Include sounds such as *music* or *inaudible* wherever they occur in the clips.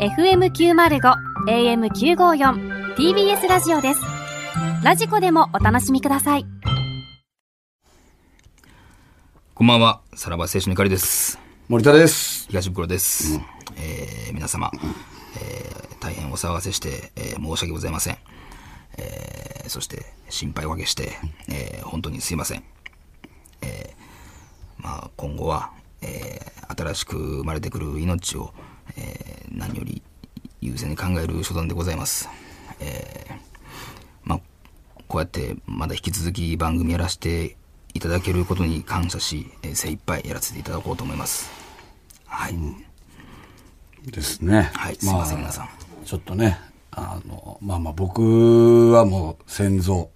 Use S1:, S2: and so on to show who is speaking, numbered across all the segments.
S1: FM905 AM954 TBS ラジオですラジコでもお楽しみください
S2: こんばんは、さらば青春の怒りです。
S3: 森田です。
S2: 東袋です。えー皆様、えー大変お騒がせして、えー申し訳ございません。えーそして、心配をおかけして、えー本当にすいません。えーまあ、今後は、えー新しく生まれてくる命を、えー何より優先に考える所存でございます。えーまあ、こうやってまだ引き続き番組やらせていただけることに感謝し、えー精一杯やらせていただこうと思います。はい。
S3: ですね。
S2: はいすいません皆さん。
S3: ちょっとね、あの、まあまあ僕はもう先祖、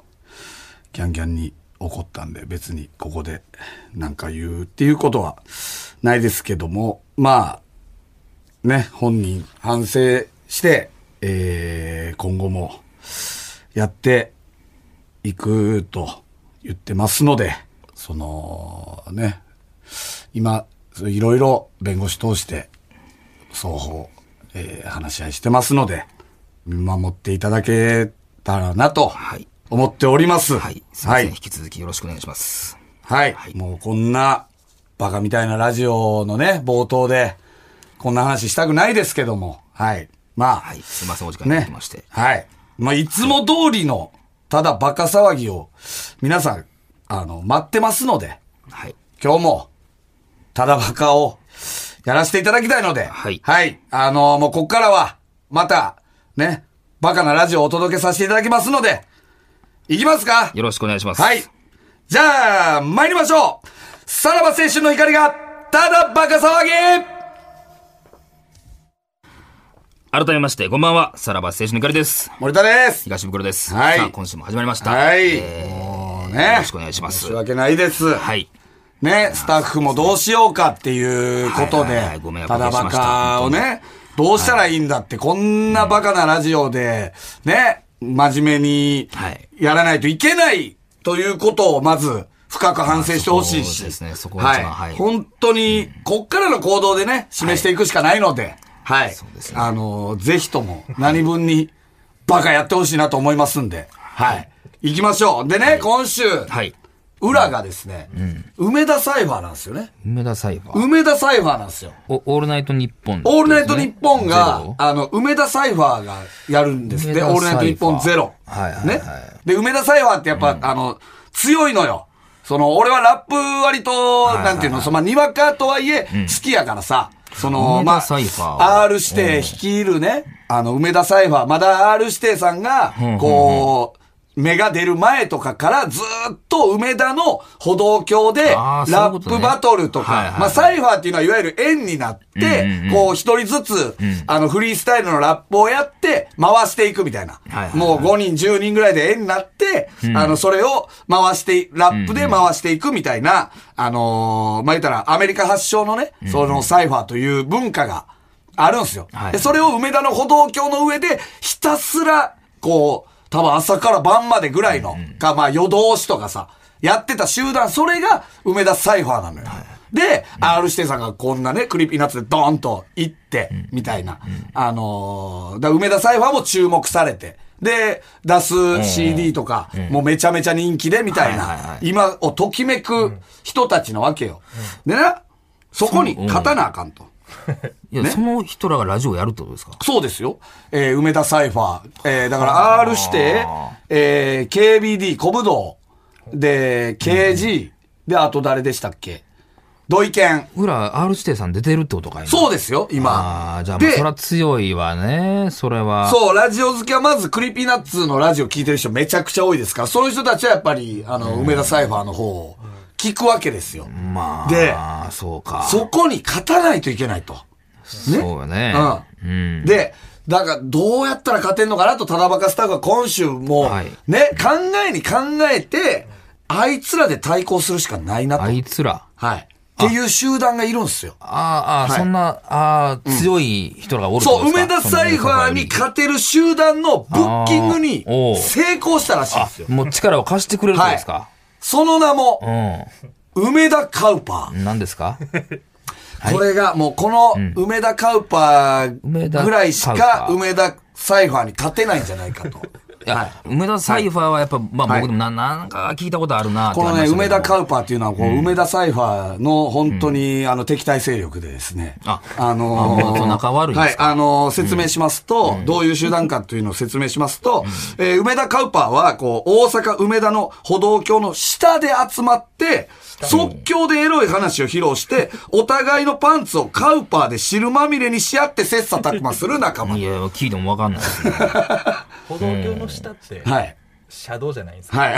S3: ギャンギャンに怒ったんで、別にここでなんか言うっていうことはないですけども、まあ、ね、本人反省して、えー、今後もやっていくと言ってますので、そのね、今、そういろいろ弁護士通して双方、えー話し合いしてますので、見守っていただけたらなと
S2: はい、
S3: 思っております。
S2: はい。すいま
S3: は
S2: せん。
S3: い
S2: 引。き続きよろしくお願いします。
S3: はい
S2: はい
S3: もうこんな、バカみたいなラジオのね、冒頭で、こんな話したくないですけども、はい。まあ、
S2: はい。すいません、お時間いただきまして。
S3: はい。まあ、いつも通りの、ただバカ騒ぎを、皆さん、あの、待ってますので、
S2: はい。
S3: 今日も、ただバカを、やらせていただきたいので、
S2: はい
S3: はい。あのもうこっからは、また、ね、バカなラジオをお届けさせていただきますので、いきますか
S2: よろしくお願いします。
S3: はい。じゃあ、参りましょうさらば青春の光が、ただバカ騒ぎ
S2: 改めまして、こんばんは。さらば青春の怒りです。
S3: 森田です
S2: 東袋です。
S3: はい
S2: さあ、今週も始まりました。
S3: はい。
S2: え
S3: もう
S2: ー
S3: ね。
S2: よろしくお願いします。
S3: 申し
S2: は
S3: 訳ないです。
S2: い。
S3: ね、スタッフもどうしようかっていうこと
S2: はい
S3: で
S2: はいはいご迷、惑
S3: た
S2: をおか
S3: だ
S2: けし
S3: バ
S2: ました
S3: カをね、どうしたらいいんだって、こんなバカなラジオで、ね、真面目に
S2: はい
S3: やらないといけないということをまず深く反省してほしいし、
S2: まあそこですねそこが一番
S3: は。
S2: はいい
S3: 本当に、こっからの行動でね、示していくしかないので、はい
S2: そうで。すね
S3: あの、ぜひとも何分にバカやってほしいなと思いますんで、はい。行きましょう。でね、今週、
S2: はい。
S3: 裏がですね、梅田サイファーなんですよね。
S4: 梅田サイファー。
S3: 梅田サイファーなんですよ。
S4: おオールナイトニッポン、
S3: オールナイトニッポン
S4: ゼ
S3: が
S4: ロ、
S3: あの、梅田サイファーがやるんですっ
S4: 梅
S3: て、
S4: 田
S3: オールナイトニッポン
S4: サ
S3: ゼ
S4: イファー
S3: ロ。
S4: はいはいはい
S3: ね。で、梅田サイファーってやっぱ、あの、強いのよ。その、俺はラップ割と、なんていうの、その、まあにわかとはいえ、好きやからさ、そ
S2: 梅
S3: の、
S2: 田
S3: ま
S2: サイファー
S3: あ、R 指定率いるね、あの、梅田サイファー、まだ R 指定さんが、こう、芽が出る前とかからずっと梅田の歩道橋で
S4: あー
S3: ラ
S4: そういう
S3: ッ
S4: こと
S3: プ
S4: ね
S3: バトルと
S4: はいはい
S3: か
S4: は、い
S3: まあサイファーっていうのはいわゆる円になって、こう一人ずつ、あのフリースタイルのラップをやって回していくみたいな。
S2: はいはい
S3: もう5人、10人ぐらいで円になって、あの、それを回して、ラップで回していくみたいな、あのーまあ、言ったらアメリカ発祥のね、そのサイファーという文化があるんですよ。
S2: はい
S3: でそれを梅田の歩道橋の上で、ひたすら、こう、多分朝から晩までぐらいの、か、まあ夜通しとかさ、やってた集団、それが梅田サイファーなのよ。で、R 指定さんがこんなね、クリーピーナッツでドーンと行って、みたいな。あのーだから梅田サイファーも注目されて。で、出す CD とか、もうめちゃめちゃ人気で、みたい
S2: はいはいは
S3: な。今をときめく人たちなわけよ。でな、そこに勝たなあかんと。
S2: いや、その人らがラジオやるってことですか
S3: そうですよ。えー梅田サイファー。えーだから R 指定、えー KBD、小武道、で、KG、で、あと誰でしたっけ土井健。
S4: 裏、R 指定さん出てるってことか、今。
S3: そうですよ、
S4: あ
S3: 今
S4: あ、。じゃあ、まあ、
S3: で
S4: そら強いわね。それは。
S3: そう、ラジオ好きはまず、クリピーナッツのラジオ聞いてる人めちゃくちゃ多いですから、そういう人たちはやっぱり、あの、梅田サイファーの方を聞くわけですよ。
S4: まあ、
S3: で
S4: そうか。
S3: そこに勝たないといけないと。
S4: そうよね。
S3: う
S4: うん。
S3: で、だから、どうやったら勝てんのかなと、ただバカスタッフは今週も
S4: はい、
S3: ね、考えに考えて、あいつらで対抗するしかないなと。
S4: あ
S3: はい。
S4: いつら。
S3: っていう集団がいるんですよ。
S4: あーあー、
S3: はい
S4: そんな、ああ、強い人らがおるってこ
S3: そ
S4: と
S3: う、
S4: ですか
S3: 梅田サイファーに
S4: その
S3: 勝てる集団のブッキングに
S4: あーおう
S3: 成功したらしいんですよ
S4: 梅田サイファーより。もう力を貸してくれるってことですか。
S3: その名も、梅田カウパー。
S4: うん。何ですか
S3: これがもうこの梅田カウパ
S4: 梅田
S3: ーぐらいし
S4: カウ
S3: か
S4: パー
S3: 梅田サイファーに勝てないんじゃないかと。
S4: *laughs* いや、
S3: はい
S4: 梅田サイファーはやっぱ、まあ
S3: はい
S4: 僕でもななんか聞いたことあるなって
S3: この
S4: あ
S3: ね、
S4: りま
S3: 梅
S4: したけど
S3: 田カウパーっていうのは、こう、梅田サイファーの本当に、あの、敵対勢力でですね。
S4: あ
S3: の
S4: あもう仲悪いんで
S3: はい
S4: す、か
S3: あのー説明しますと、どういう集団かというのを説明しますと、えー梅田カウパーは、こう、大阪梅田の歩道橋の下で集まって、即興でエロい話を披露して、お互いのパンツをカウパーで汁まみれにし合って切磋琢磨する仲間
S4: い。や、聞いてもわかん
S3: *laughs*
S4: ないですね。
S5: 歩道橋の下って、
S3: はい。
S5: 車道じゃないんですか。
S3: はい。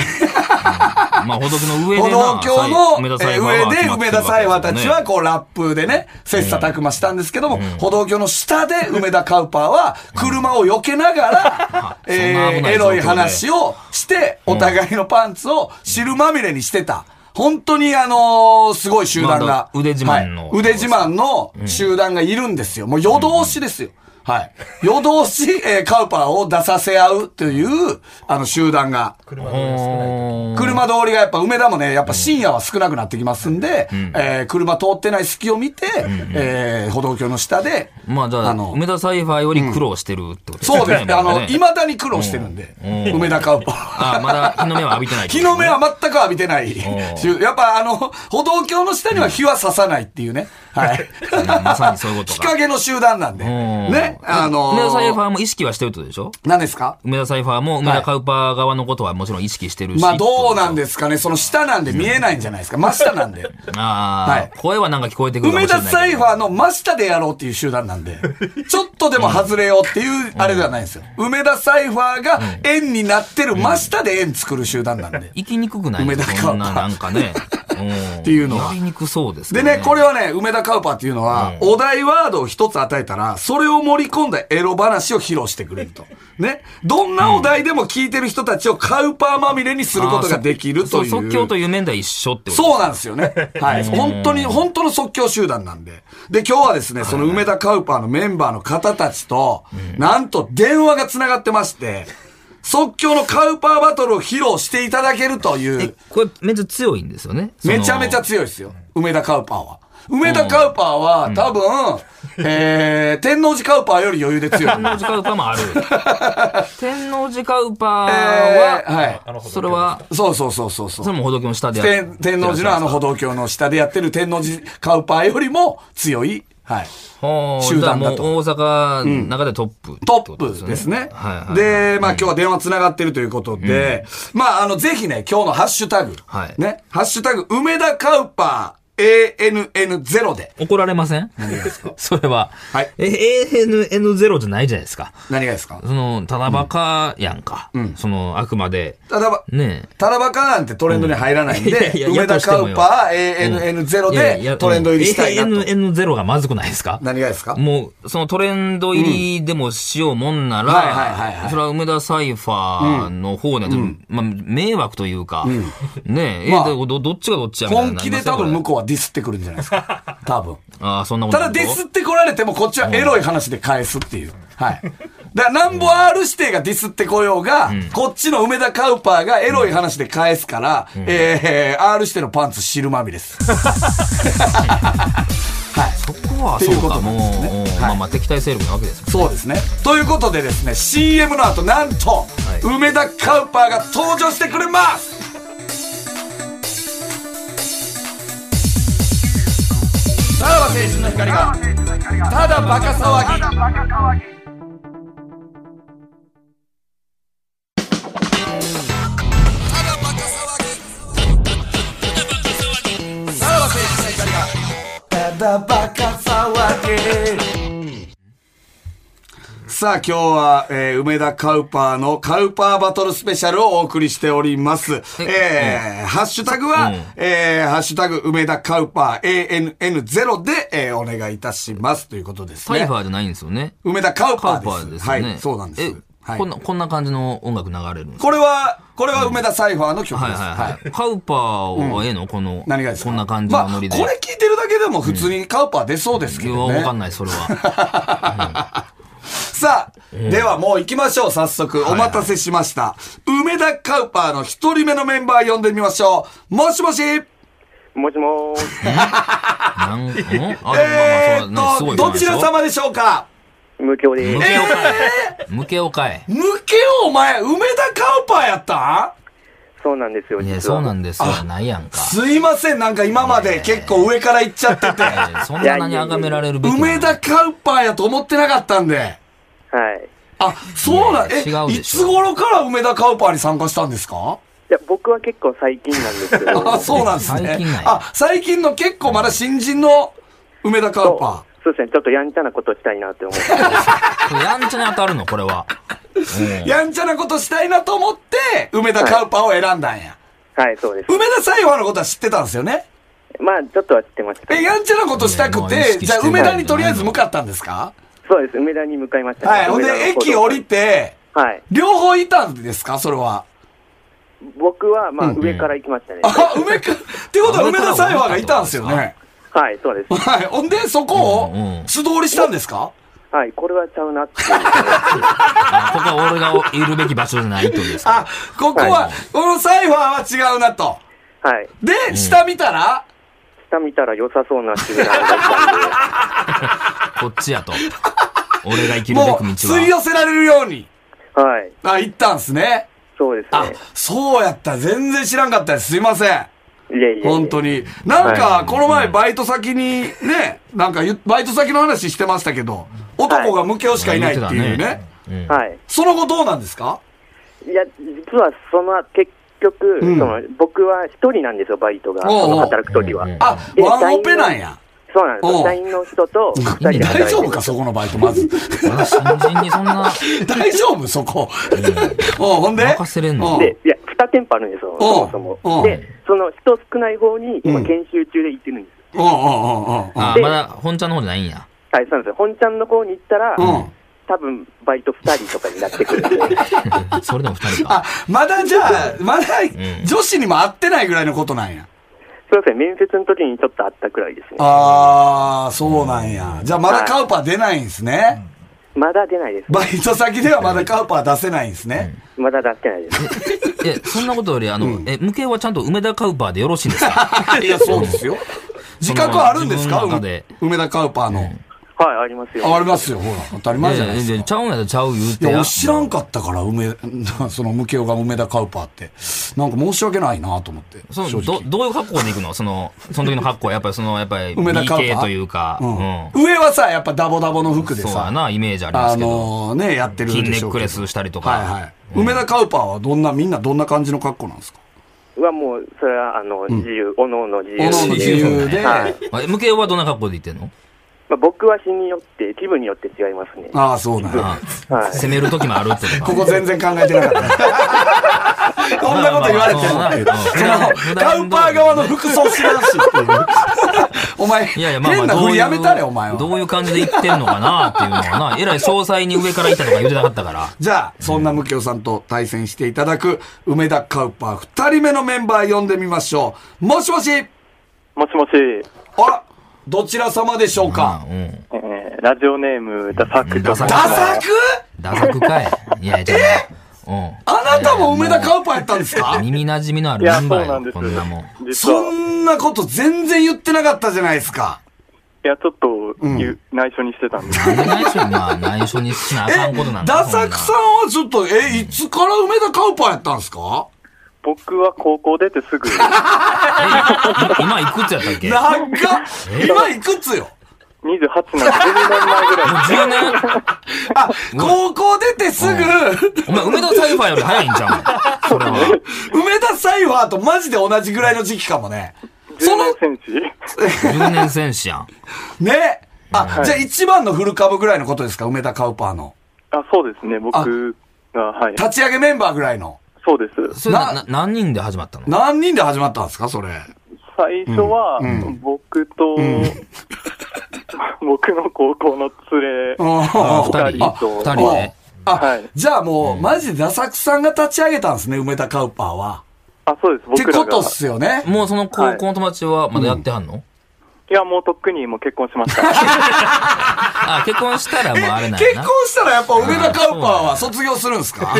S4: まあ歩道橋の上で
S3: 歩
S4: な。
S3: 道橋
S4: サイ梅
S3: の
S4: 田サ
S3: え
S4: イ
S3: ー
S4: ファーは集まって
S3: 上で梅
S4: るわ
S3: 田
S4: け
S3: サイファー
S4: です
S3: た
S4: ね
S3: ちはこうラップでね、切磋琢磨したんですけども、歩道橋の下で梅田カウパーは車を避けながら、
S4: うん *laughs*
S3: え
S4: そんな危
S3: ー
S4: ない
S3: エ
S4: 状況
S3: ロ
S4: で
S3: い話をして、お互いのパンツを汁まみれにしてた。本当にあのーすごい集
S4: ま
S3: 団が
S4: だ。腕自慢の
S3: はい腕自慢の集団がいるんですよ。もう夜通しですよ。はい。夜通し、えーカウパーを出させ合うという、あの、集団が
S5: 車道が少ない。
S4: おー
S3: 車通りがやっぱ梅田もね、やっぱ深夜は少なくなってきますんで、えー車通ってない隙を見て、えー歩道橋の下で、
S4: まあじゃあ、
S3: の、
S4: 梅田サイファーより苦労してるってことですね。
S3: そうですね、
S4: な
S3: あ
S4: んか
S3: の、
S4: ね
S3: いまだに苦労してるんで、梅田カウパー。
S4: あ、まだ日の目は浴びてないってこ
S3: 日
S4: とね。
S3: の目は全く浴びてない。やっぱあの、歩道橋の下には日は刺さないっていうね。はい。
S4: うんまさにそういうこと
S3: 日
S4: か。
S3: 陰の集団なんで。
S4: うん
S3: ね。あの
S4: 梅田サイフ
S3: ー、
S4: ァーも意識はしてるってことでしょ
S3: 何ですか
S4: 梅田サイファーも梅田カウパー側のことはもちろん意識してるし。
S3: まあどうなんですかね。その下なんで見えないんじゃないですか。真下なんで。
S4: ああ、
S3: はい
S4: 声はなんか聞こえてくるかも
S3: 梅
S4: しれな
S3: 田
S4: いけど。
S3: サイファーの真下でやろうっていう集団なん *laughs* で、ちょっとでも外れようっていうあれではないんですよ。梅田サイファーが円になってる真下で円作る集団なんで。
S4: 行きにくくない
S3: 梅田カ
S4: そ
S3: ウ
S4: ん
S3: パー
S4: な、なんかね。っ
S3: *laughs* っていうのは
S4: やりにくそうですけ
S3: で
S4: ど
S3: ね、これはね、梅田カウパーっていうのは、お題ワードを一つ与えたら、それを盛り込んだエロ話を披露してくれると。ね。どんなお題でも聞いてる人たちをカウパーまみれにすることができるという。
S4: そう即興という面では一緒ってこと
S3: そうなんですよね。 *laughs* はい。本当に、本当の即興集団なんで。で、今日はですね、その梅田カウパーのメンバーの方たちと、なんと電話が繋がってまして、即興のカウパーバトルを披露していただけるとい
S4: え
S3: う、
S4: これめっちゃ強いんですよね。その
S3: めちゃめちゃ強いですよ。梅田カウパーは。梅田カウパーは、多分、 *laughs* えー、天王寺カウパーより余裕で *laughs* 強いと思い
S4: 天王
S3: ます。
S4: 寺カウパーもある。天王寺カウパー
S3: えー、
S4: は、
S3: はい。
S5: あの歩道橋
S4: それは、
S3: そうそうそうそうそう
S4: そ。れも歩道橋の下でや
S3: 天天王寺のあの歩道橋の下でやってる天王寺カウパーよりも強い、はい。
S4: の
S3: 集
S4: 集団
S3: 団だ
S4: だ
S3: と
S4: と。もう大阪の中でトップ、
S3: トップですね。
S4: はいはい。
S3: で、まあ今日は電話つながってるということで、まああの、ぜひね、今日のハッシュタグ、
S4: はい
S3: ね、ハッシュタグ、梅田カウパー ANN0 で、
S4: 怒られません *laughs* それは。
S3: はい
S4: え、ANN0 じゃないじゃないですか。
S3: 何がですか
S4: その、ただバカやんか。その、あくまで。
S3: ただば、
S4: ねえ。
S3: ただばかなんてトレンドに入らないんで、
S4: うんいやいや
S3: 梅田カウパ
S4: うん
S3: ー ANN0
S4: いやい
S3: で
S4: や
S3: トレンド入りしたいなと。
S4: ANN0 がまずくないですか
S3: 何がですか
S4: もう、そのトレンド入りでもしようもんな
S3: うんはいはいはいはい
S4: ら、それは梅田サイファーの方で、まあ、迷惑というか、ねえ、え
S3: まあ
S4: どどどっちがどっちやみたいな
S3: 本気で多分向こうはディスってくるんじゃないで
S4: *laughs*
S3: すか。多分。
S4: う。ああ、そんなこと
S3: ただディスってこられてもこっちはエロい話で返すっていう。はい。だから、なんぼ R 指定がディスってこようが、こっちの梅田カウパーがエロい話で返すから、えー、R 指定のパンツ汁まみれです。はい。
S4: ここは
S3: って
S4: そ
S3: いう
S4: う
S3: こ
S4: か、
S3: となん
S4: もう、
S3: ですね
S4: うんまあまあ敵対勢力なわけですか
S3: そうですね。ということでですね、CM の後、なんと、梅田カウパーが登場してくれますさらば青春の光が、ただバカ騒ぎ。さあ今日は、えー梅田カウパーのカウパーバトルスペシャルをお送りしております。えーハッシュタグは、
S4: うん
S3: えーハッシュタグ梅田カウパー ANN0 で、えーお願いいたしますということです
S4: ら。サイ
S3: ね
S4: フ。ァーじゃないんですよね。
S3: 梅田カウ
S4: カ
S3: パ
S4: ーパ
S3: ー
S4: ー
S3: で。
S4: ですすよね。
S3: はい、そうなんです
S4: え。
S3: はい
S4: こんな、こんな感じの音楽流れるんですか
S3: これは、これは梅田サイファーの曲
S4: はい
S3: です。
S4: はい
S3: は。
S4: はいい。カウパーはええのこの、
S3: 何がですか
S4: こんな感じのノリで。
S3: まあ、これ聞いてるだけでも普通にカウパー出そうですけ
S4: いや
S3: どね。
S4: わかんない、それ
S3: *laughs*
S4: は。
S3: さあ、ではもう行きましょう、早速。お待たせしました。梅田カウパーの一人目のメンバー呼んでみましょう。もしもし
S6: もしもしもーし。
S4: なんうんあ、でもまあまあ、
S3: え
S4: そう
S3: ー
S4: ね、
S3: っ
S4: すご
S3: と、
S4: い
S3: どちら様でしょうか
S6: 無教で
S4: 向
S6: す。
S4: けを変え。向けを変え。
S3: ムケオお前、梅田カウパーやった
S6: そうなんですよ、
S4: いや、
S6: 実
S4: そうな
S6: は。
S4: んですよ。ないやんか。
S3: すいません、なんか今まで結構上から行っちゃって
S4: *laughs*
S3: て。
S4: いやそんなに崇められるべきなの
S3: 梅田カウパーやと思ってなかったんで。
S6: はい。い
S3: あ、そうなん、え
S4: いや違う、
S3: い
S4: でしょ
S3: つ頃から梅田カウパーに参加したんですか
S6: や、僕は結構最近なんですけど。
S3: *laughs* あ、そうなんですね。
S4: 最近なんや
S3: あ、最近の結構まだ新人の梅田カウパ
S6: そうそうですね、ちょっとやんちゃなことしたいなって思って。
S3: *laughs*
S4: これやんちゃに当たるの、これは。
S3: ー。やんちゃなことしたいなと思って、梅田カウパーを選んだんや。
S6: はい、そうです。
S3: 梅田サイファーのことは知ってたんですよね。
S6: まあ、ちょっとは知ってました。
S3: え、やんちゃなことしたく
S4: いやもう意
S3: て、
S4: 識
S3: じゃあ
S4: してな
S3: 梅
S4: い
S3: 田にとりあえず向かったんですか
S6: そうです、梅田に向かいましたね、
S3: はい。ほん
S6: 梅田
S3: で、
S6: の歩道
S3: 駅降りて、
S6: はい。
S3: 両方いたんですかそれは。
S6: 僕は、まあ、上から行きましたね。
S3: あ、梅か、ってことは梅田サイファーがいたんですよね。
S6: はい、そうです。
S3: はい。ほんで、そこ
S4: うんう
S3: を
S4: ん
S3: 素通りしたんですか
S6: はい、これはちゃうなって。
S4: あここは俺がいるべき場所じゃないというですか。
S3: あ、ここは、このサイファーは違うなと。
S6: はい。
S3: で、下見たら、
S6: 下見たら良さそうな集団だったんで。
S4: こっちやと。俺が生きるべ
S3: も
S4: く
S3: う、
S4: 道
S3: 吸い
S4: は。
S3: 寄せられるように、
S6: はい、
S3: あ、行ったんですね。
S6: そうです
S3: あ
S6: ね。、
S3: そうやった。全然知らんかったです。すいません。
S6: いえいえいえ。
S3: 本当に。なんか、この前、バイト先に、ね、なんか言う、バイト先の話してましたけど、男が無教しかいないっていうね。
S4: うん
S6: はい。
S3: その後どうなんですか
S6: いや、実はその、結局、
S3: ん
S6: その僕は一人なんですよ、バイトが。
S3: おうおう
S6: その働く時は。
S4: うんうん
S3: あ、
S6: え
S3: ワンオペなんや。
S6: そうなんです
S3: おう
S6: よ。社員の人と二人で働い
S3: 大
S6: て
S3: 丈夫か、そこのバイト、まず。
S4: 俺は新人にそんな、
S3: 大丈夫、そこ。おうほんで
S4: 任せれんの
S3: おう
S6: で、いや、2店舗あるんですよ、そ
S3: おう
S6: もそも
S3: おう。
S6: で、その人少ない方に
S3: う
S6: 今
S3: ん
S6: 研修中で行ってるんです。
S3: おうおうおうおうおう
S4: あ、
S6: で
S4: まだ本ちゃんの方じゃないんや。
S6: はい、そうなんですよ。本ちゃんの方に行ったら、
S3: うん
S6: 多分バイト2人とかになってく
S3: *laughs*
S6: るんで。
S4: それでも二人か。
S3: あ、まだじゃあ、まだ
S4: ん
S3: 女子にも会ってないぐらいのことなんや。
S6: そうですね、面接の時にちょっとあったくらいですね。
S3: ああ、そうなんや。じゃあまだカウパー出ないんですね。
S6: まだ出ないです。
S3: バイト先ではまだカウパー出せないんですね。
S6: まだ出してないです。
S4: え、そんなことより、あの、え、無形はちゃんと梅田カウパーでよろしいんですか
S3: *laughs* いや、そうですよ。自覚あるんですか
S4: その自分の中で
S3: う梅田カウパーの。
S6: はい、ありますよ。
S3: あありますよ、ほら。当たり
S4: いや
S3: 前
S4: い
S3: じゃ
S4: や
S3: ないで
S4: い
S3: す
S4: や、
S3: か。
S4: ちゃうんやでちゃう言う
S3: い
S4: て
S3: や、
S4: や。
S3: 俺知らんかったから、梅、 *laughs* その、ムケオが梅田カウパーって。なんか申し訳ないなと思って。
S4: そ
S3: 正
S4: のど
S3: 直。
S4: どういう格好で行くの *laughs* その、その時の格好はやっぱりその、やっぱり、
S3: 梅田カウパー
S4: BK というか、うん。
S3: うん。上はさ、やっぱダボダボの服で
S4: そう
S3: さ
S4: や、な、イメージありま
S3: あ
S4: すけど。
S3: のね、やってる
S4: 金
S3: んで
S4: ネ
S3: しょ
S4: ッ
S3: う
S4: ク
S3: けど
S4: レスしたりとか。
S3: はいはい。梅田カウパーはどんな、みんなどんな感じの格好なんですか
S6: はもう、それは、あの、自由、おのおの自由
S3: おのおの自由で。
S6: はい
S4: あ MKO はどんな格好で行ってんの
S6: まあ、僕は日によって、気分によって違いますね。
S3: ああ、そうなんや。
S4: あ
S6: はい
S4: 攻める時もあるってこと
S3: *laughs* ここ全然考えてなか
S4: *laughs*
S3: った。こんなこと言われても
S4: まあまあまあ
S3: そ
S4: そう
S3: の、
S4: 普段
S3: カウパー側の服装知らんしっていう。
S4: *laughs*
S3: お前、
S4: いやいや、まあま
S3: 変
S4: あ、
S3: な
S4: どう
S3: ふ
S4: いうう、
S3: やめたれ、お前
S4: ど
S3: は。
S4: ういう感じで行ってんのかなっていうのはな、
S3: *laughs*
S4: えらい詳細に上から行ったとか言うてなかったから。
S3: じゃあ、そんなムキオさんと対戦していただく、梅田カウパー二人目のメンバー呼んでみましょう。もしもし
S7: もしもし、
S3: あらどちら様でしょうか
S4: うんうん。
S7: えーラジオネーム、ダサクと申し
S4: ダ
S3: ダ
S7: ま
S3: サく
S4: 打作かい。いやいや、じゃあ
S3: あなたも梅田カウパーやったんです
S4: う
S3: か
S4: ん。耳馴染みのあ
S7: す。い
S4: る
S7: や、
S4: メ
S7: そ
S4: ン
S7: う
S4: バ
S7: な
S4: ー
S7: ん
S4: よ、
S7: です
S4: こんなもん。。
S3: *laughs*
S7: 実
S3: そ
S7: は、
S3: んなこと全然言ってなかったじゃないですか。
S7: いや、ちょっと、ゆ内緒にしてたんです。
S4: なんで内緒に、まあ、内緒にしなあかんことなんだ
S3: ダサクさんはちょっと、え、いつから梅田カウパーやったんですか
S7: 僕は高校出てすぐ、
S4: そ *laughs* んなえ今いくつやったっけもう
S3: 長っ今いくつよ
S7: 28の12年前ぐらい
S4: 10年
S3: あ、高校出てすぐ、
S4: お前、梅田サイファーより早いんちゃうそれは。
S3: *laughs* 梅田サイファーとマジで同じぐらいの時期かもね。その、
S7: 10年戦士
S4: 10年戦士やん。
S3: ね。あ、じゃあ一番の古株ぐらいのことですか梅田カウパーの。
S7: あ、そうですね、僕が、はい。
S3: 立ち上げメンバーぐらいの。
S7: そうです。
S4: それな、
S3: な
S4: な何人で始まったの
S3: 何人で始まったんですかそれ。
S7: 最初は、僕と、 *laughs* 僕の高校の連れ、
S3: あ
S4: 二人
S7: あ
S4: 二人で。
S3: あ、
S7: はい
S3: じゃあもう、マジでダサクさんが立ち上げたんですね、梅田カウパーは。
S7: あ、そうです、
S3: って
S7: 僕
S3: こ
S7: ら
S3: と
S7: が
S3: っ。すよね。
S4: もうその高校の友達はまだやってはんの、
S7: いや、もうとっくにもう結婚しました。
S4: あ、結婚したらもうあれなんや
S3: *laughs* 結
S4: な。
S3: 婚したらやっぱ梅田カウパーは卒業するんですか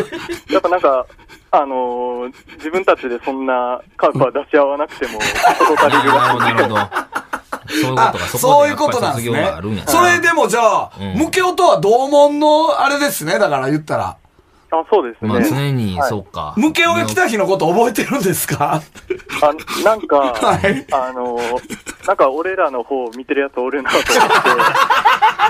S7: やっぱなんか、あのー自分たちでそんなカードは出し合わなくても、事足りるらしい
S4: なるほど、なるほど。そういうことか。、
S3: あそう
S4: でやっぱり卒
S3: いうことなんです
S4: 業があるん
S3: ね
S4: や。
S3: それでもじゃあ、
S4: うん
S3: 無教とは同門のあれですね。だから言ったら。
S7: あ、そうですね。
S4: まあ常に、
S7: はい
S4: そうか。
S3: 無教が来た日のこと覚えてるんですか
S7: あなんか、
S3: はい
S7: あのーなんか俺らの方を見てるやつおるなと思って、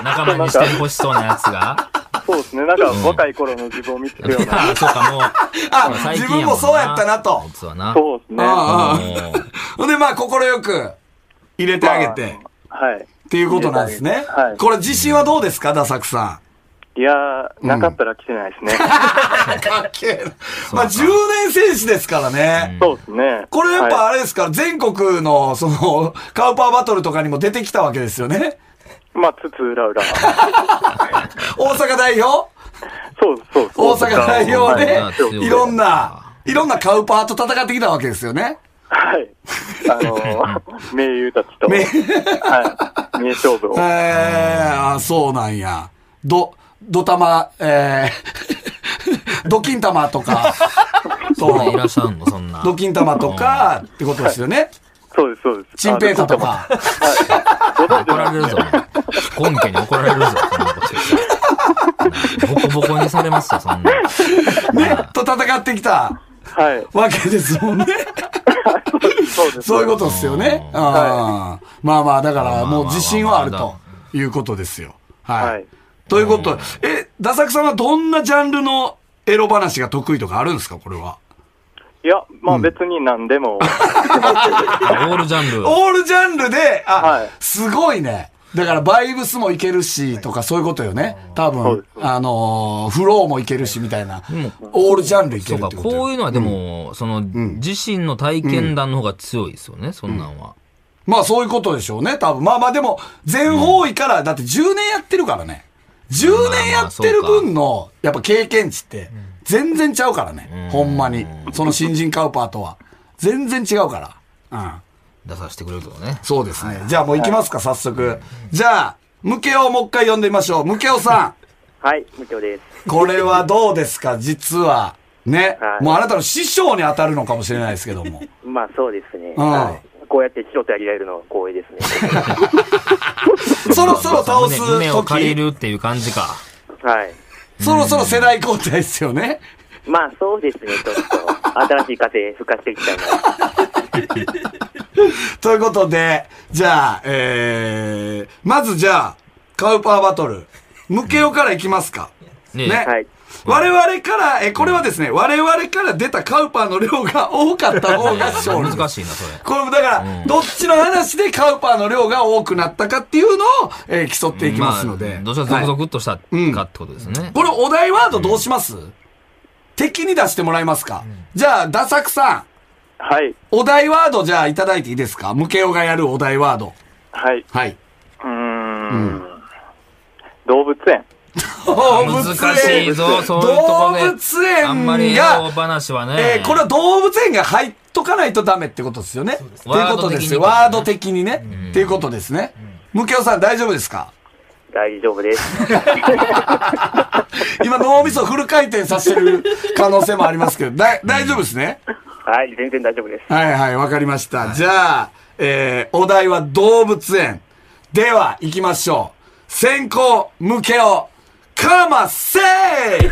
S4: 仲間にしてほしそうなやつ
S3: *laughs*
S4: が。
S7: そうですね、なんか若い頃の自分を見てるような、
S4: あ *laughs* そうか、もう。ほら
S3: あ、
S4: 最
S3: 自
S4: 近
S3: 分
S4: やも
S3: も
S4: ん
S3: そうやったな
S4: あ
S3: と
S4: い。つはな。
S7: そうですね。は
S3: ああ、
S4: も
S3: ほんで、まあ、快く入れてあげて、
S7: い。
S3: っていうことなんですね。
S7: はい
S3: これ、自信はどうですか、ダサクさ
S7: いやー、なかったら来てないですね。
S3: ん。かっけえな。まあ、10年選手ですからね。
S7: そうですね。
S3: これやっ
S7: は
S3: ぱあれですか、全国の、その、カウパーバトルとかにも出てきたわけですよね。
S7: い、まあ、つつ裏裏。
S3: 大阪代表
S7: そうそう
S3: *laughs* 大
S7: そう。
S3: 阪代表で
S4: 大阪強、い
S3: いろんな、いろんなカウパーと戦ってきたわけですよね。
S7: はい。あのー、名優たちと、
S3: 名
S7: はい。名勝負
S3: *laughs*
S7: を。
S3: えー、あ、そうなんや。ど、どたま、えー、 *laughs* ドキン玉とか、
S4: う
S3: *laughs* そ
S4: いらっ
S3: う、
S4: しゃんの、そんな。
S3: ドキン玉とか、ってことですよね。
S7: そうです、そうです。
S3: チンペイタとか。
S7: あ。ご存知
S4: 怒ら
S7: な
S4: れる
S7: んで
S4: ぞ
S7: す。
S4: 根拠に怒られるぞ、そんなことしたらボコボコにされますよ、そんな。
S3: ね、と戦ってきた
S7: はい。
S3: わけですもん *laughs* ね。
S7: そうです。
S3: そういうことですよね。うんまあまあ、だからもう自信はあるということですよ。は
S7: はいい。
S3: ということ、え、ダサクさんはどんなジャンルのエロ話が得意とかあるんですかこれは。
S7: いや、まあ別に何でも。
S4: オールジャンル。
S3: オールジャンルで、あ、
S7: はい
S3: すごいね。だから、バイブスもいけるし、とか、そういうことよね。多
S7: そう
S3: 分
S7: で、
S3: あのーフローもいけるし、みたいな。オールジャンルいけ
S4: そう
S3: るっ
S4: か、
S3: てことよ
S4: こういうのはでも、その、自身の体験談の方が強いですよね、そんなんは。
S3: まあ、そういうことでしょうね、多分。まあまあ、でも、全方位から、だって10年やってるからね。10年やってる分の、やっぱ経験値って、全然ちゃうからね。ほんまに。その新人カウパーとは。全然違うから。うん。
S4: 出させてくれるとかね。
S3: そうですね。じゃあ、もう行きますか、早速。じゃあ、ムケオをもう一回呼んでみましょう。ムケオさん。
S6: はい、無教です。
S3: これはどうですか、実は。ね。
S6: はい
S3: もうあなたの師匠に当たるのかもしれないですけども。 *laughs*
S6: まあそうですね。
S3: うん
S6: はいこうやって素人やりられるのは光栄ですね。
S3: そろそろ倒す
S4: 胸胸を借り
S3: 時、
S4: るっていう感じか。
S6: はい。
S3: そろそろ世代交代ですよね。 *laughs*
S6: まあそうですね、ちょっと。新しい風復活していきたいな。
S3: ということで、じゃあ、えー、まずじゃあ、カウパーバトル。ムケオからいきますか。
S4: ね
S3: ね
S6: はい。
S3: 我々から、え、これはですね、我々から出たカウパーの量が多かった方が勝利。
S4: 難しいな、それ。
S3: これもだから、どっちの話でカウパーの量が多くなったかっていうのを、えー競っていきますので。
S4: あどちらかというとゾ
S3: はい
S4: クゾクっとしたかってことですね。
S3: これお題ワードどうします、敵に出してもらえますか、じゃあ、ダサクさん、
S7: はい。
S3: お題ワードじゃあいただいていいですかムケオがやるお題ワード。
S7: はい。
S3: はい。
S7: うーん。動物園。
S3: 難
S4: 難しいぞ、そういうとこで。
S3: 動物園が
S4: あんまりエロ話はね。
S3: えーこれは動物園が入っとかないとダメってことですよね。っていうことですよ。ワ
S4: ワ
S3: ー
S4: ー
S3: ド
S4: ド
S3: 的にね。っていうことですね。ムケオさん大丈夫ですか
S6: 大丈夫です。
S3: 今脳みそフル回転させてる可能性もありますけど、だい大丈夫ですね。
S6: はい、全然大丈夫です。
S3: はいはい、わかりました。じゃあ、えー、お題は動物園。では、行きましょう。先行、向けを、かませー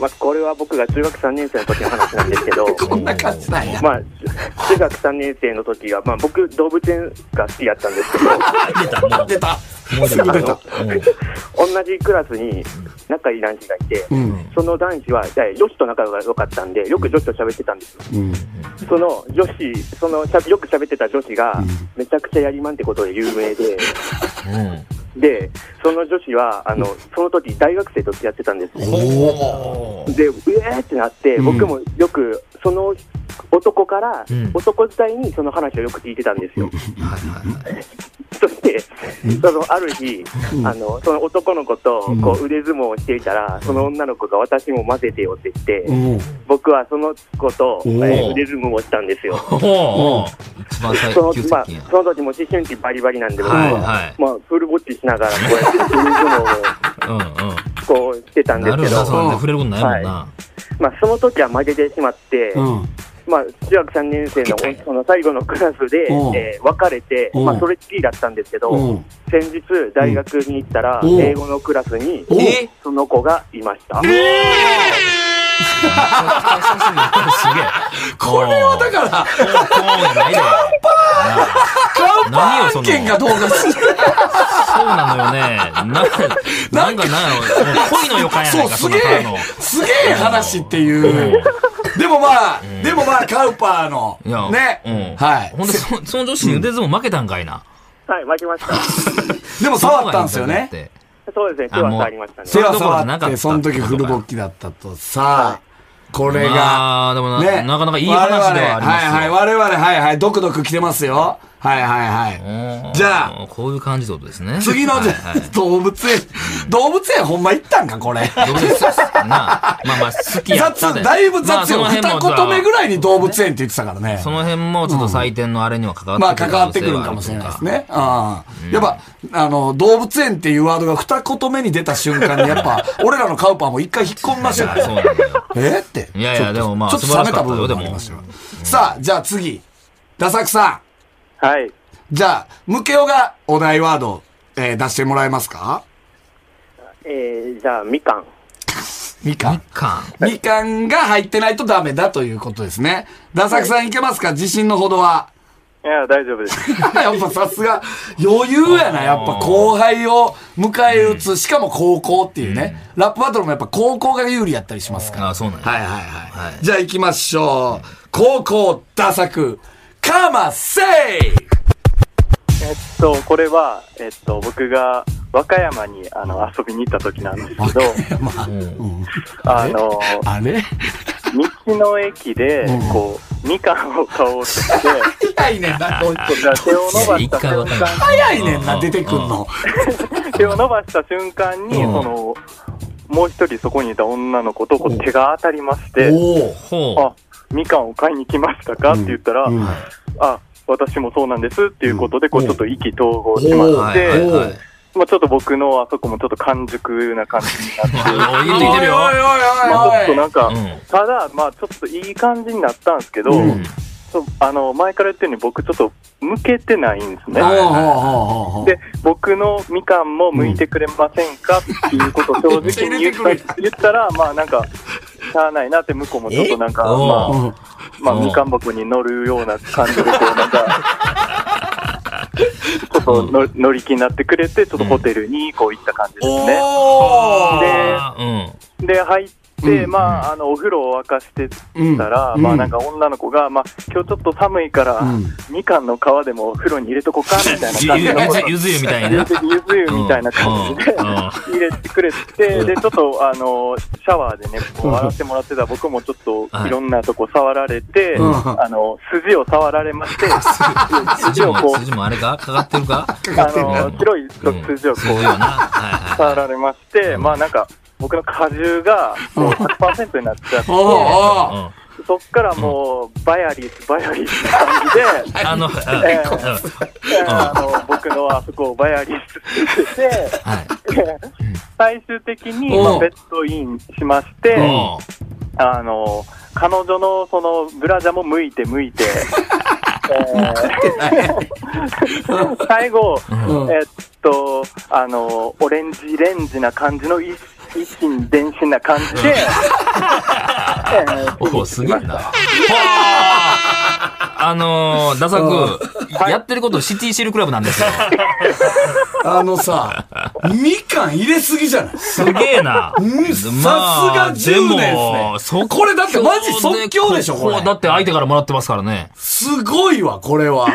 S6: まあこれは僕が中学3年生の時の話なんですけど、
S3: *laughs* こんな感じなんや。
S6: まあ中学3年生の時は、まあ僕動物園が好きだったんですけど、
S4: 出た、もう。
S3: 出た。
S4: もう出た。
S3: 出た
S6: 同じクラスに仲いい男子がいて、その男子はじゃあ女子と仲が良かったんでよく女子と喋ってたんですよ、その女子そのしゃよく喋ってた女子が、めちゃくちゃやりまんってことで有名で
S4: うん。
S6: でその女子はあの、その時大学生と付き合ってたんですよ
S4: おー
S6: でうえーってなって、僕もよくその男から、
S4: うん
S6: 男伝いにその話をよく聞いてたんですよ。そして、そのある日、あのその男の子とこう腕相撲をしていたら、その女の子が私も混ぜてよって言って、僕はその子と、えー腕相撲をしたんですよ。
S4: おお一番最
S6: その
S4: 急
S6: まあ
S4: 接近や、。
S6: その時も思春期バリバリなんで、僕
S4: はい
S6: は
S4: はい。
S6: まあ、フルボッチしながら、こうやって腕相撲を
S4: うんう
S6: こうしてたん
S4: ん。
S6: で
S4: な
S6: す
S4: る
S6: け
S4: よ
S6: ど
S4: な、、それ触れることないもんな。
S6: ままあ、その時は負けてしまって、
S3: うん。
S6: まあ、中学3年生のその最後のクラスで、
S3: うん
S6: えー別れて、
S3: うん
S6: まあ、それっきりだったんですけ
S3: う
S6: ど、
S3: ん。
S6: 先日、大学に行ったら、
S3: うん
S6: 英語のクラスに、
S3: お
S4: え
S6: その子がいました。
S4: すげえ。
S3: これはだから、 *laughs*
S4: そうじゃないで。乾杯何よ、その。
S3: 件がどうかする。
S4: そうなのよね。なんか、なんかなんやろ。もう恋の予感やな
S3: そ、
S4: いうか、
S3: す
S4: そ
S3: げ
S4: の
S3: え
S4: 方の。、
S3: すげえ話っていう。でもまあ、でもまあ、カウパーの
S4: いや、、
S3: ね、
S4: うん。
S3: はい
S4: ほん。で、そその女子に腕相撲負けたんかいな。
S6: はい、負けました。
S3: でも触ったんですよ
S4: だっ
S3: ね。
S4: て
S6: そうですね、手
S4: あ
S6: は
S4: もう
S6: 触りましたね。
S3: 手
S4: れ
S3: は
S4: どころじゃ
S3: 触
S4: な
S3: っ、
S4: かってた
S3: その時フル勃起だったと。さあ、これが。
S4: まあ、でもな、
S3: ね、
S4: なかなかいい話ではありますよ。
S3: 我々はいはい、我々、はいはい、ドクドク来てますよ。はいはいはい。
S4: うん
S3: じゃあ、
S4: こういう感じってことですね。
S3: 次の、
S4: はいはい
S3: 動物園、動物園ほんま行ったん
S4: *laughs*
S3: か、これ。
S4: どうですかなあまあまあ、好きやっ
S3: 雑、
S4: たで。
S3: だいぶ雑よ。
S4: まあそ
S3: 二
S4: の辺も
S3: 言目ぐらいに動物園って言ってたからね。
S4: その辺もちょっと採点のあれには関
S3: ま
S4: わ
S3: あ
S4: ってく
S3: 関
S4: る
S3: わってくるかもしれないですね。ああやっぱ、あの、動物園っていうワードが二言目に出た瞬間に、やっ
S4: *laughs*
S3: ぱ、俺らのカウパーも一回引っ込みまし
S4: 可
S3: た
S4: 能性はあるとか。そうなんだ
S3: よ。
S4: よ。
S3: えって。
S4: いやいや
S3: ちょっと
S4: でもまあ
S3: ちょっと冷めた部分もありましたよ。さあ、じゃあ次。ダサクさ
S7: はい。
S3: ん。じゃあ、ムケオがお題ワード、えー出してもらえますか
S6: えー、じゃあ、みかん。
S3: みかん。
S4: か
S3: みかんが入ってないとダメだということですね。ダサクさんいけますか自信のほどは。 *laughs*
S7: いや、大丈夫です。
S6: *laughs*
S3: やっぱさすが、余裕やな。やっぱ後輩を迎え撃つ、しかも高校っていうね。ラップバトルもやっぱ高校が有利やったりしますから。
S4: あそうなんや
S3: はいはいはい。じゃあ行きましょう。高校打作、カマセイ
S7: えっと、これは、えっと、僕が和歌山にあの遊びに行った時なんですけど、あの、
S3: あれ
S7: 道の駅で、こう、みかんを買おうと
S4: *laughs*
S7: して、
S3: 早いねんな、こい
S7: こうじゃあ手を伸ば
S4: 一
S7: した
S4: 回
S7: 瞬
S4: わかんない
S7: 間、
S3: 早いねんな、出てくんの。
S7: 手を伸ばした瞬間に、その、もう一人そこにいた女の子とこう手が当たりまして、
S3: おお。
S7: あ
S4: ほ、
S7: みかんを買いに来ましたかって言ったら、あ、私もそうなんですっていうことで、こうちょっと意気投合しま
S3: お
S4: う。
S7: し
S4: はいは
S7: て、
S4: いはい。
S7: まあ、ちょっと僕のあそこもちょっと完熟な感じになって、
S4: おい、言ってきてるよ。
S7: まあ、ちょっとなんか、
S4: うん
S7: ただ、まあ、ちょっといい感じになったんですけど、
S3: うん
S7: そうあの前から言ったように僕ちょっと向けてないんですね
S3: お。おおお
S7: で、僕のみかんも向いてくれませんかっていうことを正直に言
S3: *laughs*
S7: っ
S3: めっちゃ入れて
S7: た言ったら、まあなんか、しゃあないなって向こうもちょっとなんか、
S4: えおう
S7: まあ、
S3: うん
S7: まあ、
S4: うん
S7: みかん箱に乗るような感
S3: *laughs*
S7: じで、こう、なんか、ちょっとの乗り気になってくれて、ちょっとホテルにこう行った感じですね。
S3: お
S7: で、
S4: あうん。
S7: で、入って、
S3: うん
S7: まあ、あの、お風呂を沸かして
S3: うん
S7: たら、
S3: うん
S7: まあ、なんか女の子が、まあ、今日ちょっと寒いから、
S3: うん
S7: みかんの皮でもお風呂に入れとこか、みたいな感じの
S4: ゆ *laughs* ゆずゆず湯みたいな。
S7: ゆず湯みたいな感じで、
S4: うんうん
S7: 入れてくれて、で、ちょっと、あの、シャワーでね、こう、洗ってもらってた僕もちょっ
S4: は
S7: と、
S4: い
S7: いろんなとこ触られて、
S3: うん
S7: あの、筋を触られまして、
S4: 筋
S7: 筋をこ
S4: も、
S7: う、
S4: 筋もあれかかかってるか
S7: あの、白い筋をこ
S4: そういうよな。はいは
S7: 触られまして、まあなんか、僕の果汁がもう100%になっちゃって、
S3: お
S4: い。うん
S7: そっからもう、バヤリス、バヤリスって感じで、
S4: あの、うん
S7: え
S4: う
S7: ー
S4: ん
S7: えー *laughs* あの、僕のあそこをバヤリスって言って
S4: はい。
S7: て、最終的に、
S3: うん
S7: まあ、ベッドインしまして、
S4: お
S7: あの、彼女のそのブラジャーも向いて向いて、えー最後、
S3: うん
S7: えっと、あの、オレンジレンジな感じの一一心伝心な感じで、えー
S4: おおすげえ
S3: *laughs*
S4: な。はああのー、ダサく、やってることシティシルクラブなんですよ。
S3: あのさ、みかん入れすぎじゃない
S4: すげえな。
S3: うんさすが10年ですね
S4: そ
S3: これだってマジ即興でしょこれ
S4: だって相手からもらってますからね。
S3: すごいわ、これは。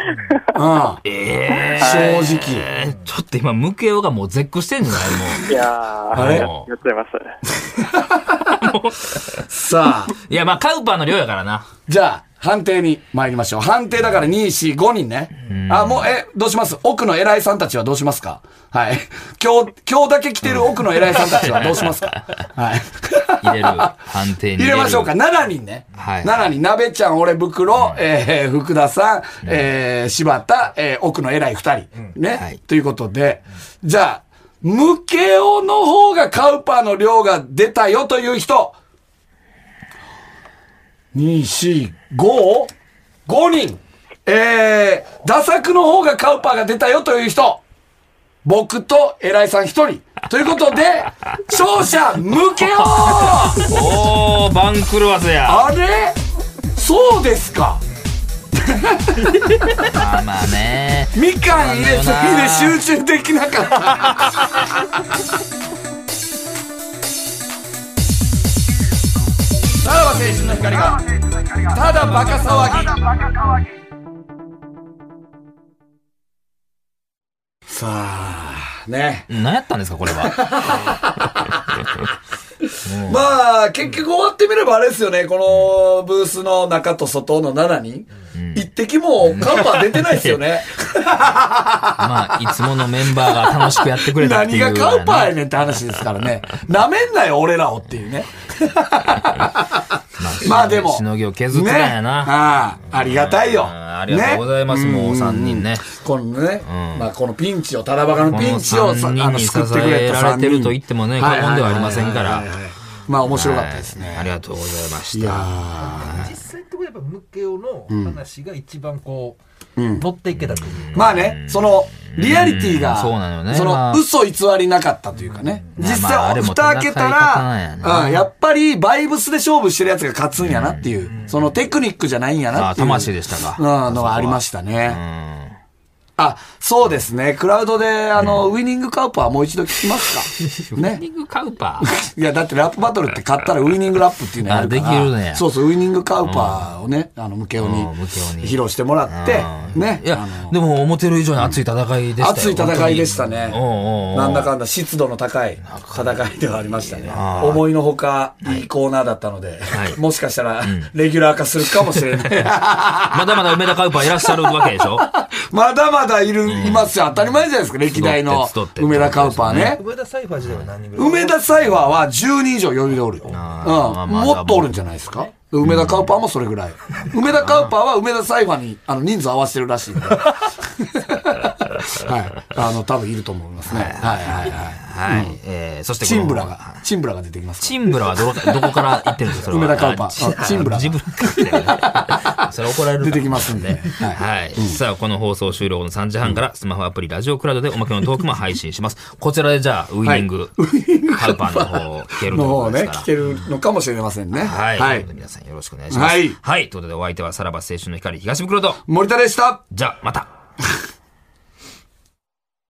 S3: ああ
S4: え
S3: 正
S4: え
S3: 直。
S4: ちょっと今、ムケオがもう絶句してんじゃない
S7: いや
S3: *laughs* あ
S7: ー、
S3: れ
S7: や
S4: もう。
S7: やっちゃいましたね。
S3: さあ、
S4: いや、まあ、カウパーの量やからな。
S3: じゃあ、判定に参りましょう。判定だから2、4、5人ね。あ、もう、え、どうします奥の偉いさんたちはどうしますかはい。今日、今日だけ来てる奥の偉いさんたちはどうしますかはい。
S4: 入れる。判定に
S3: 入れましょうか。
S4: 入
S3: 7人ね。
S4: はい
S3: 7人。鍋ちゃん、俺、袋、えー福田さん、えー柴田、えー奥の偉い2人。ね、
S4: はい
S3: ということで、じゃあ、ムケオの方がカウパーの量が出たよという人。 2、4、5、5人。えー、打作の方がカウパーが出たよという人。僕と偉いさん一人。ということで、勝者向けよう
S4: おー、番狂わせや。
S3: あれそうですか。
S4: まあまあね。
S3: みかん入れすぎで集中できなかった。 *laughs* さらば青春の光が、ただバカ騒ぎ。さあ、ね。
S4: 何やったんですか、これは。
S3: まあ、結局終わってみればあれですよね。このブースの中と外の7人。一滴もカンパ出てないですよね。
S4: まあ、いつものメンバーが楽しくやってくれたって
S3: 何
S4: いう。
S3: がカウパー
S4: ね。
S3: やねんって話ですからね。なめんなよ、俺らをっていうね。まあでも。
S4: しのぎを削ったんやな
S3: ねああ、ありがたいよ。
S4: ありがとうございます、もう3人ね。
S3: す。このね、
S4: うん
S3: まあこのピンチを、タラバカの
S4: この
S3: ピンチをさ
S4: 3人に支えられてると言ってもね、過言ではありませんか。
S3: あの救ってくれた三人はいはいはいは
S4: ら。
S3: いはいまあ面白かったです
S4: は
S3: ね
S4: い。ありがとうございまし
S3: いや
S4: た。
S3: ー
S5: 実際のところやっぱムケオの話が一番こう、乗っていけたという
S3: まあね、その、リアリティが、
S4: うんそうなのよね
S3: そ
S4: ま
S3: の
S4: あ
S3: 嘘偽りなかったというかね。
S4: まあ
S3: 実
S4: まああれ
S3: 際、
S4: も
S3: 蓋開けたら、
S4: 戦い方なんやな
S3: うん、やっぱりバイブスで勝負してるやつが勝つんやなっていう、そのテクニックじゃないんやな
S4: あ
S3: っ
S4: あ、
S3: ていう。
S4: 魂でしたか。
S3: うん、のがありましたね。
S4: うん。
S3: あ、そうですね。クラウドで、あの、ウィニングカウパーもう一度聞きます
S4: *laughs*
S3: か。ね。
S4: ニングカウパー。
S3: いや、だってラップバトルって買ったらウイニングラップっていうのやるから。
S4: あできるね
S3: そうそう、ウイニングカウパーをね、あの、ムケオに
S4: うんムケオに
S3: 披露してもらって、ね。
S4: い
S3: あ
S4: や
S3: の、
S4: でも思ってる以上に熱い戦いでしたよ
S3: 熱い戦いでしたね。
S4: おうおうおう
S3: なんだかんだ湿度の高い戦いではありましたね。思いのほか、いいコーナーだったので、
S4: はい
S3: もしかしたら、レギュラー化するかも
S4: *laughs*
S3: しれない。
S4: まだまだ梅田カウパーいらっしゃるわけでし
S3: *laughs*
S4: ょ
S3: まだまだいる、いますよ。当たり前じゃないですか、歴代の
S4: 集って集って
S3: 梅田カウパーね。
S5: 梅田サイファー時代は何人ぐらい
S3: 梅田サイファーは10人以上余裕でおるよ。うん。
S4: あーまあまあ
S3: もっとおるんじゃないですか梅田カウパーもそれぐらい。梅田カウパーは梅田サイファーにあの人数合わせてるらしいん
S4: *laughs*
S3: で。はい。あの、多分いると思いますね。はいはいはい。
S4: はい。えー、そしてこ
S3: チ
S4: の
S3: ンブラが、チンブラが出てきますか
S4: チンブラはどこどこから行ってるんです *laughs* かそれは
S3: 梅田カウパー
S4: あ
S3: チンブラ
S4: あチンブラからねそれ怒られるか
S3: ら。出
S4: ら
S3: てきますんで。
S4: はい、
S3: はい。
S4: さあ、この放送終了後の3時半から、スマホアプリ、ラジオクラウドでおまけのトークも配信します。こちらでじゃあ、ウイニング、カウパーの方を聞けると
S3: の
S4: いうこと
S3: 方
S4: です
S3: ね、
S4: から。
S3: 聞けるのかもしれませんね。
S4: はい。
S3: は
S4: という
S3: い
S4: ことで。皆さんよろしくお願いします。
S3: はい
S4: はい。ということで、お相手はさらば青春の光、東袋と、
S3: 森田でした
S4: じゃあ、また。